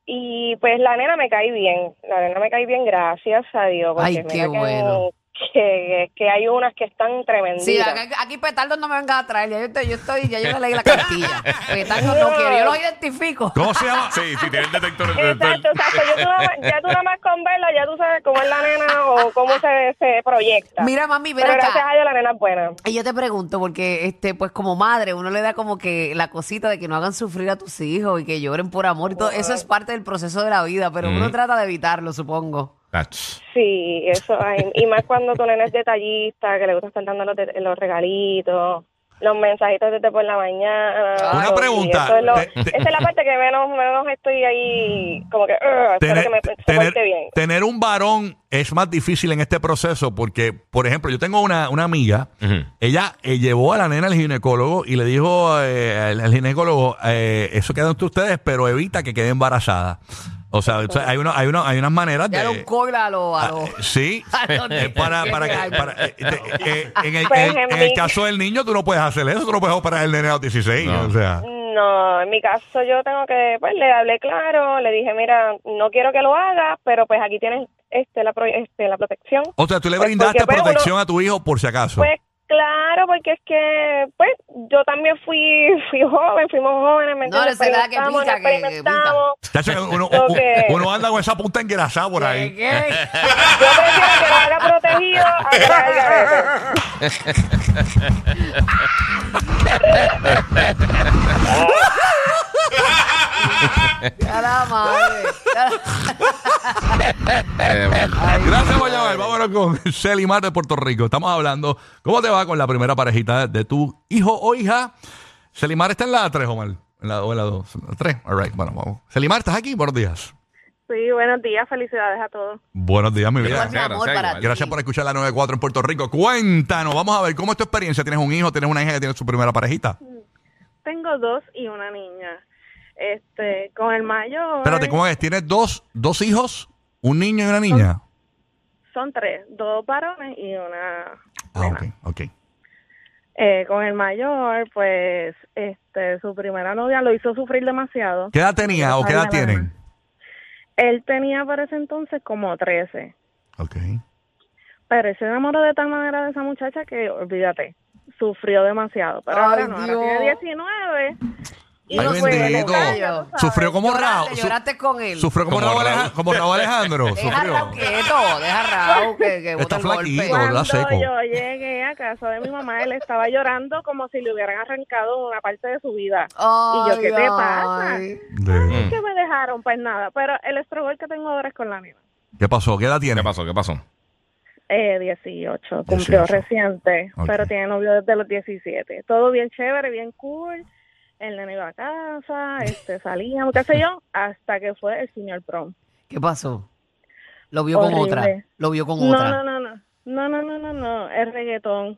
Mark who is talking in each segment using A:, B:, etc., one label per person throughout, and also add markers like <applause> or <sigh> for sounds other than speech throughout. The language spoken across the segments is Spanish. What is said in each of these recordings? A: Y pues la nena me cae bien, la nena me cae bien, gracias a Dios. porque
B: Ay,
A: mira
B: qué
A: que-
B: bueno.
A: Que, que hay unas que están tremenditas.
B: Sí, acá- aquí, petardos no me venga a traer. Ya yo estoy, yo estoy, ya yo le leí
C: <laughs>
B: la cartilla. petardos no quiero, yo los identifico.
C: ¿Cómo se llama?
D: Sí, si tiene el detector. el detector.
A: Exacto, exacto. Yo tú nada más- ya tú nada más con verla, ya tú sabes cómo es la nena o cómo se, se proyecta.
B: Mira, mami, ven
A: Pero
B: acá.
A: gracias a Dios la nena es buena.
B: Y yo te pregunto, porque este, pues como madre, uno le da como que la cosita de que no hagan sufrir a tus hijos y que lloren por amor y todo. Eso es parte del proceso de la vida, pero
C: Mm.
B: uno trata de evitarlo, supongo.
D: Ach.
A: Sí, eso hay. Y más cuando tu nena es detallista, que le gusta estar dando los, de- los regalitos, los mensajitos desde por la mañana.
C: Una
A: todo, y
C: pregunta.
A: eso es lo-
C: Te- te-
A: esa es la parte que menos, menos estoy ahí, como que, "Ugh", espero que me
C: tener-
A: soporte bien.
C: tener un varón es más difícil en este proceso porque, por ejemplo, yo tengo una, una amiga,
D: Ujú.
C: ella eh, llevó a la nena al ginecólogo y le dijo eh, al, al ginecólogo, eh, eso queda entre ustedes, pero evita que quede embarazada. O sea, o sea, hay, uno, hay, uno- hay unas maneras
B: Ya
C: de... Ah,
B: un cola a los. A los-
C: Sí,
B: a los
C: eh, para,
B: de-
C: para que... para- eh, te- eh, en, el,
A: Pues,
C: en- en el
A: Enrique.
C: caso del niño tú no puedes hacer eso, tú no puedes operar el nene a los 16.
D: No.
C: O sea,
A: No, en mi caso yo tengo que, pues le hablé claro, le dije, mira, no quiero que lo hagas, pero pues aquí tienes este la, pro- este, la protección.
C: o sea, tú le
A: Pues,
C: brindaste
A: porque, pues, uno-
C: protección a tu hijo por si acaso.
A: Pues claro, porque es que, pues yo también fui <laughs> fui joven, fuimos jóvenes, ¿me
B: No,
A: entiendes?
B: esa es la que
A: Experimentamos,
B: pica, que- que pica.
A: experimentamos.
C: Chacho, uno,
A: Lo
C: u-
A: que-
C: uno anda con esa punta engrasada por ahí.
A: Yo prefiero que lo haga protegido a que lo haga al garete.
B: <laughs> A la madre.
D: Eh, bueno.
C: Gracias por llamar. Vámonos con <laughs> Selimar de Puerto Rico. Estamos hablando. ¿Cómo te va con la primera parejita de tu hijo o hija? Selimar está en la 3, Omar. En la 2, en la 2. 3. All right. Bueno, vamos. Selimar, ¿estás aquí? Buenos días.
A: Sí, buenos días, felicidades a todos.
C: Buenos días, mi
B: Igual
C: vida.
B: mi amor
D: gracias,
B: para
D: igual.
B: ti.
C: Gracias por escuchar la 94 en Puerto Rico. Cuéntanos, vamos a ver cómo es tu experiencia. ¿Tienes un hijo, tienes una hija que tiene su primera parejita?
A: Tengo dos y una niña. Este, con el mayor
C: Espérate, ¿cómo es? ¿Tienes dos, dos hijos? ¿Un niño y una niña?
A: son tres, dos varones y una
C: Ah, ok, ok.
A: Eh, con el mayor, pues, este, su primera novia lo hizo sufrir demasiado.
C: ¿Qué edad tenía o qué edad tienen?
A: Él tenía para ese entonces como 13,
C: Ok.
A: pero él se enamoró de tal manera de esa muchacha que, olvídate, sufrió demasiado. Pero
B: Ay,
A: ahora no, ahora
B: Dios.
A: tiene 19. Y
C: Ay,
A: pues,
C: bendito.
A: ya, ya tú sabes.
C: Sufrió como Raúl.
B: Lloraste, lloraste con él.
C: Sufrió como,
D: Como
C: Raúl,
D: Raúl.
C: Alej- como Raúl Alejandro.
B: Deja a Raúl
C: Sufrió.
B: quieto, deja a Raúl que, que bota
C: Está
B: el
C: flaquito.
B: golpe.
C: Hola,
A: Cuando
C: seco.
A: yo llegué a casa de mi mamá, él estaba llorando como si le hubieran arrancado una parte de su vida. y yo,
B: Ay,
A: ¿qué te
B: ay.
A: pasa?
C: De-
A: ¿Qué me dejaron? Pues nada, pero el estrogol que tengo ahora es con la nena.
C: ¿Qué pasó? ¿Qué edad tiene?
D: ¿Qué pasó? ¿Qué pasó?
A: Eh, 18, cumplió
C: 18.
A: reciente,
C: Ok.
A: pero tiene novio desde los 17. Todo bien chévere, bien cool. El nene iba a casa, este, salíamos, qué sé yo, hasta que fue el señor prom.
B: ¿Qué pasó? Lo vio con
A: Horrible.
B: otra. Lo vio con
A: No,
B: otra.
A: no, no, no, no, no, no, no, no, el reggaetón.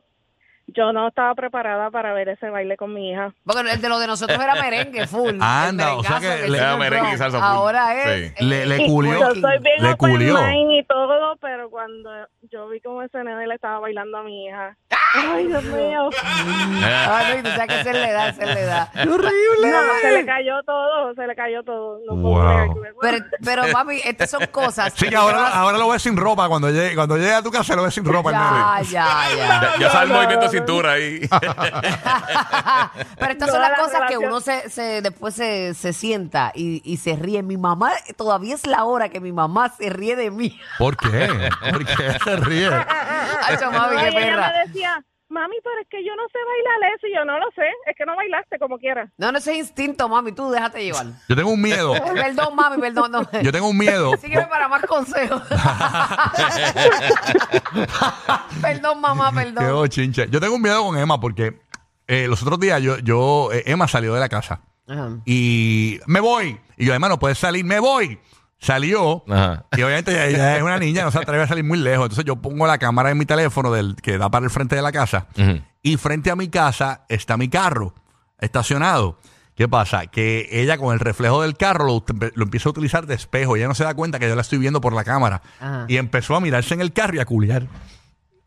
A: Yo no estaba preparada para ver ese baile con mi hija.
B: Porque el de lo de nosotros era merengue full.
C: <laughs> Anda,
B: El
C: o sea
B: merengazo
C: que
B: del
C: le-
D: Era
B: señor
D: merengue y
B: Brown.
D: salsa full.
B: Ahora es.
D: Sí.
B: eh,
C: Le- le
B: eh,
C: culió.
A: Yo soy bien
C: Le
A: open
C: culió.
A: mind y todo, pero cuando yo vi cómo ese nene le estaba bailando a mi hija. Ay,
C: <laughs>
A: Dios mío.
B: Ay, no, y tú sabes que se le da, se le da. ¡Horrible!
A: No, se le cayó todo, se le cayó todo. No puedo
C: Wow.
A: creer que me-
B: Pero, pero mami, estas son cosas.
C: Sí, que
B: tú
C: ahora,
B: vas-
C: ahora lo ves sin ropa. Cuando llegue, cuando llegue a tu casa lo ves sin ropa. el
B: Ya,
C: nene.
B: ya, ya.
D: Ya, ya sabe el movimiento de
C: <laughs>
D: cintura ahí.
B: Pero estas
A: Toda
B: son las
A: la
B: cosas que
A: relación-
B: uno se, se después se, se sienta y, y se ríe. Mi mamá, todavía es la hora que mi mamá se ríe de mí.
C: ¿Por qué? ¿Por qué se ríe?
B: Ay, yo, mami, qué
A: Ah, Ay, ella
B: perra.
A: me decía, mami, pero es que yo no sé bailar eso. Y yo no lo sé, es que no bailaste como quieras.
B: No, no, eso es instinto, mami. Tú déjate llevar.
C: Yo tengo un miedo.
B: Perdón, mami, perdón. No.
C: Yo tengo un miedo.
B: Sígueme para más
C: <laughs>
B: consejos. perdón, mamá,
C: Qué
B: perdón.
C: bochinche. Yo tengo un miedo con Emma porque eh, los otros días yo, yo eh, Emma salió de la casa
B: Ajá.
C: y me voy. Y yo, Emma, no puedes salir, me voy. Salió.
D: Ajá.
C: Y obviamente ella, ella es una niña, no se atreve a salir muy lejos. Entonces yo pongo la cámara en mi teléfono del que da para el frente de la casa.
D: Ujú.
C: Y frente a mi casa está mi carro estacionado. ¿Qué pasa? Que ella con el reflejo del carro lo, ut- lo empieza a utilizar de espejo. Ella no se da cuenta que yo la estoy viendo por la cámara.
B: Ajá.
C: Y empezó a mirarse en el carro y a culiar.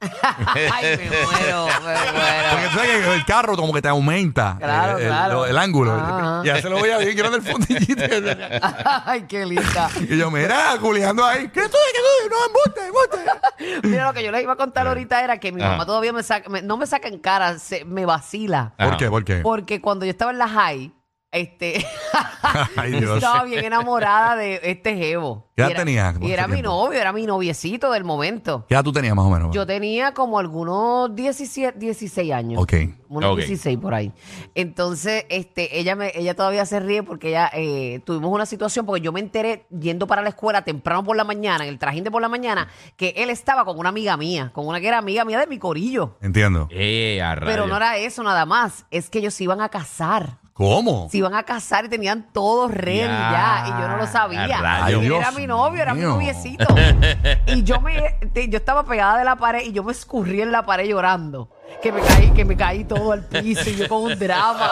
B: Ay, me muero, me
C: Porque
B: muero.
C: tú sabes que el carro como que te aumenta
B: Claro,
C: eh, el,
B: claro.
C: lo- el ángulo.
B: Ajá.
C: Y Ya se lo voy a decir, quiero el fondillito.
B: <laughs> Ay, qué linda.
C: y yo, mira, culiando ahí. ¿Qué tú? ¿Qué tú? No, embuste, embuste.
B: Mira, lo que yo les iba a contar ahorita era que mi
D: Ajá.
B: mamá todavía me saca, me- no me saca en cara, se- me vacila.
D: Ajá.
C: ¿Por qué? ¿Por qué?
B: Porque cuando yo estaba en la high, este,
C: <laughs>
B: <laughs>
C: Ay,
B: yo
C: Dios.
B: estaba bien enamorada de este jevo.
C: ¿Qué edad
B: Y era-
C: tenías por
B: Y era
C: ese
B: mi
C: tiempo?
B: novio, era mi noviecito del momento.
C: ¿Qué edad tú tenías más o menos?
B: Yo tenía como algunos 17, 16 años.
C: Ok.
B: Unos
D: Ok.
B: 16 por ahí. Entonces, este, ella me, ella todavía se ríe porque ella eh, tuvimos una situación porque yo me enteré yendo para la escuela temprano por la mañana, en el trajín de por la mañana, que él estaba con una amiga mía, con una que era amiga mía de mi corillo.
C: Entiendo.
D: Eh, a
B: Pero
D: rayos.
B: no era eso nada más, es que ellos se iban a casar.
C: ¿Cómo?
B: Se iban a casar y tenían todo ready ya,
D: Ya,
B: y yo no lo sabía.
D: rayos.
B: Y él era
C: Dios
B: mi novio, era
C: mío.
B: mi noviecito. y yo me te- yo estaba pegada de la pared y yo me escurrí en la pared llorando. Que me caí, que me caí todo al piso y yo con un drama.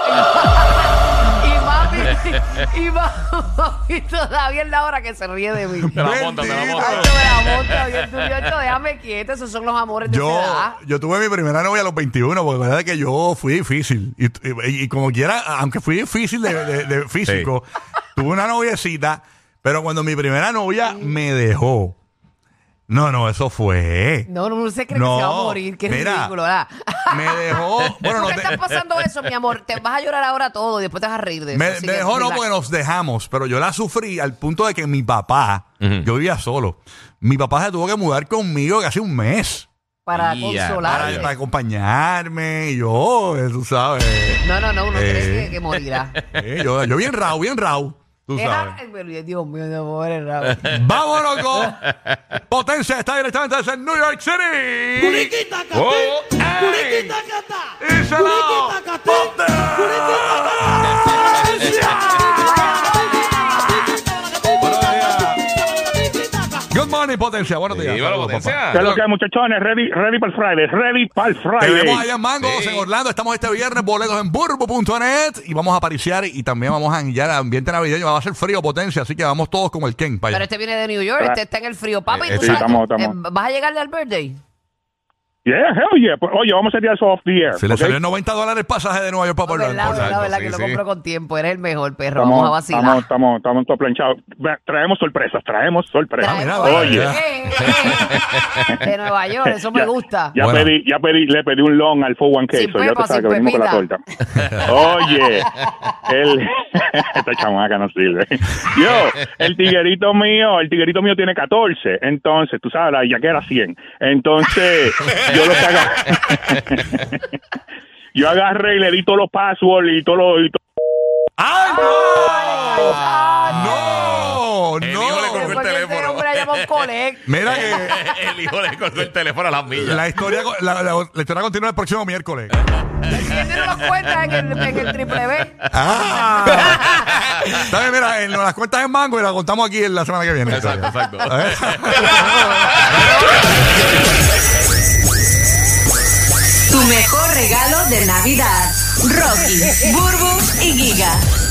B: y mami, y mami todavía es la hora que se ríe de mí.
D: Te la monta, te la
C: Bendito.
D: monta.
B: Ay, yo me la monto bien duro. Yo, "Cho, déjame quieto, esos son los amores de esa edad.
C: Yo, yo tuve mi primera novia a los 21, porque la verdad es que yo fui difícil. Y, y- y como quiera, aunque fui difícil de, de- de físico, tuve una noviecita, pero cuando mi primera novia me dejó, No, no, eso fue.
B: No, no, uno se cree
C: No,
B: que se va a morir. Qué
C: mira.
B: ridículo, ¿verdad?
C: Me <laughs> dejó. Bueno,
B: ¿Por
C: no
B: qué
C: te-
B: estás pasando eso, mi amor? Te vas a llorar ahora todo y después te vas a reír de eso.
C: Me,
B: así
C: me
B: que
C: dejó no
B: relax.
C: porque nos dejamos, pero yo la sufrí al punto de que mi papá, yo vivía solo, mi papá se tuvo que mudar conmigo casi un mes
B: Para
D: Ya,
C: para,
B: consolarte.
C: para acompañarme y yo, eh, tú sabes.
B: No, no, no, uno
C: Eh.
B: cree que, que morirá.
C: Eh, yo, yo bien rau, bien rau, tú
B: Era-
C: sabes.
B: Ay, pero, Dios mío, no, pobre Raúl.
C: Vámonos con Potencia, está directamente desde New York City.
D: Oh, ay.
C: Y se la Potencia. Good morning, Potencia. Buenos días.
D: Dímelo,
C: Saludos, papá.
D: potencia.
E: ¿Qué es lo que hay, muchachones? Ready, ready para el Friday. Ready para el
C: Te
E: Friday.
C: vemos allá en Mangos,
D: Sí.
C: en Orlando. Estamos este viernes, boletos en burbo.net. Y vamos a pariciar y también vamos a guiar al ambiente navideño. Va a ser frío, potencia. Así que vamos todos como el Ken para
B: Pero
C: allá.
B: este viene de New York, este está en el frío. Papa, ¿y tú
E: Sí,
B: sabes,
E: estamos,
B: tú, eh,
E: estamos.
B: vas a llegarle al birthday?
E: Yeah, hell yeah. Pues, Oye, vamos a hacer eso off the air.
C: Se le
E: ¿ok?
C: salió 90 dólares el pasaje de Nueva York para
B: No,
C: Orlando.
B: verdad, verdad,
D: Orlando,
B: verdad,
D: sí,
B: que lo
D: sí.
B: compro con tiempo. Eres el mejor, perro.
E: Estamos,
B: Vamos a vacilar.
E: Estamos, estamos, estamos todo planchados. Ve, Traemos sorpresas, traemos sorpresas.
B: Traemos-
C: mira,
E: Oye,
C: vaya.
B: Eh, eh, eh. De Nueva York, eso me
E: Ya-
B: gusta.
E: Ya,
C: Bueno.
E: pedí, ya pedí, le pedí un long al 401k,
B: Sin
E: so ya
B: pepa,
E: te sabes que
B: sin
E: venimos con la
B: pepita.
E: torta. Oye, el, <laughs> esta chamaca no sirve. Yo, el tiguerito mío, el tiguerito mío tiene 14, entonces, tú sabes, la yaquera 100. Entonces, yo lo que haga- <laughs> Yo agarré y le di todos los passwords y todos los... y to-
C: ¡Ay, Ah, no! ¡No!
D: El hijo le
C: ¡No!
D: colgó el
B: Después que este
D: teléfono.
B: hombre llama a un colega.
D: <laughs>
C: Mira que
D: <laughs> el hijo le cortó el teléfono a las millas.
C: la historia, la, la- la historia continúa el próximo miércoles.
D: Eh.
B: ¿Quién no lo cuenta en el, en el triple B?
D: <laughs>
C: ¡Ah! Dame, mira, en las cuentas en mango y la contamos aquí en la semana que viene. Eh.
D: Exacto, exacto. <laughs>
F: Tu mejor regalo de Navidad. Rocky, Burbu y Giga.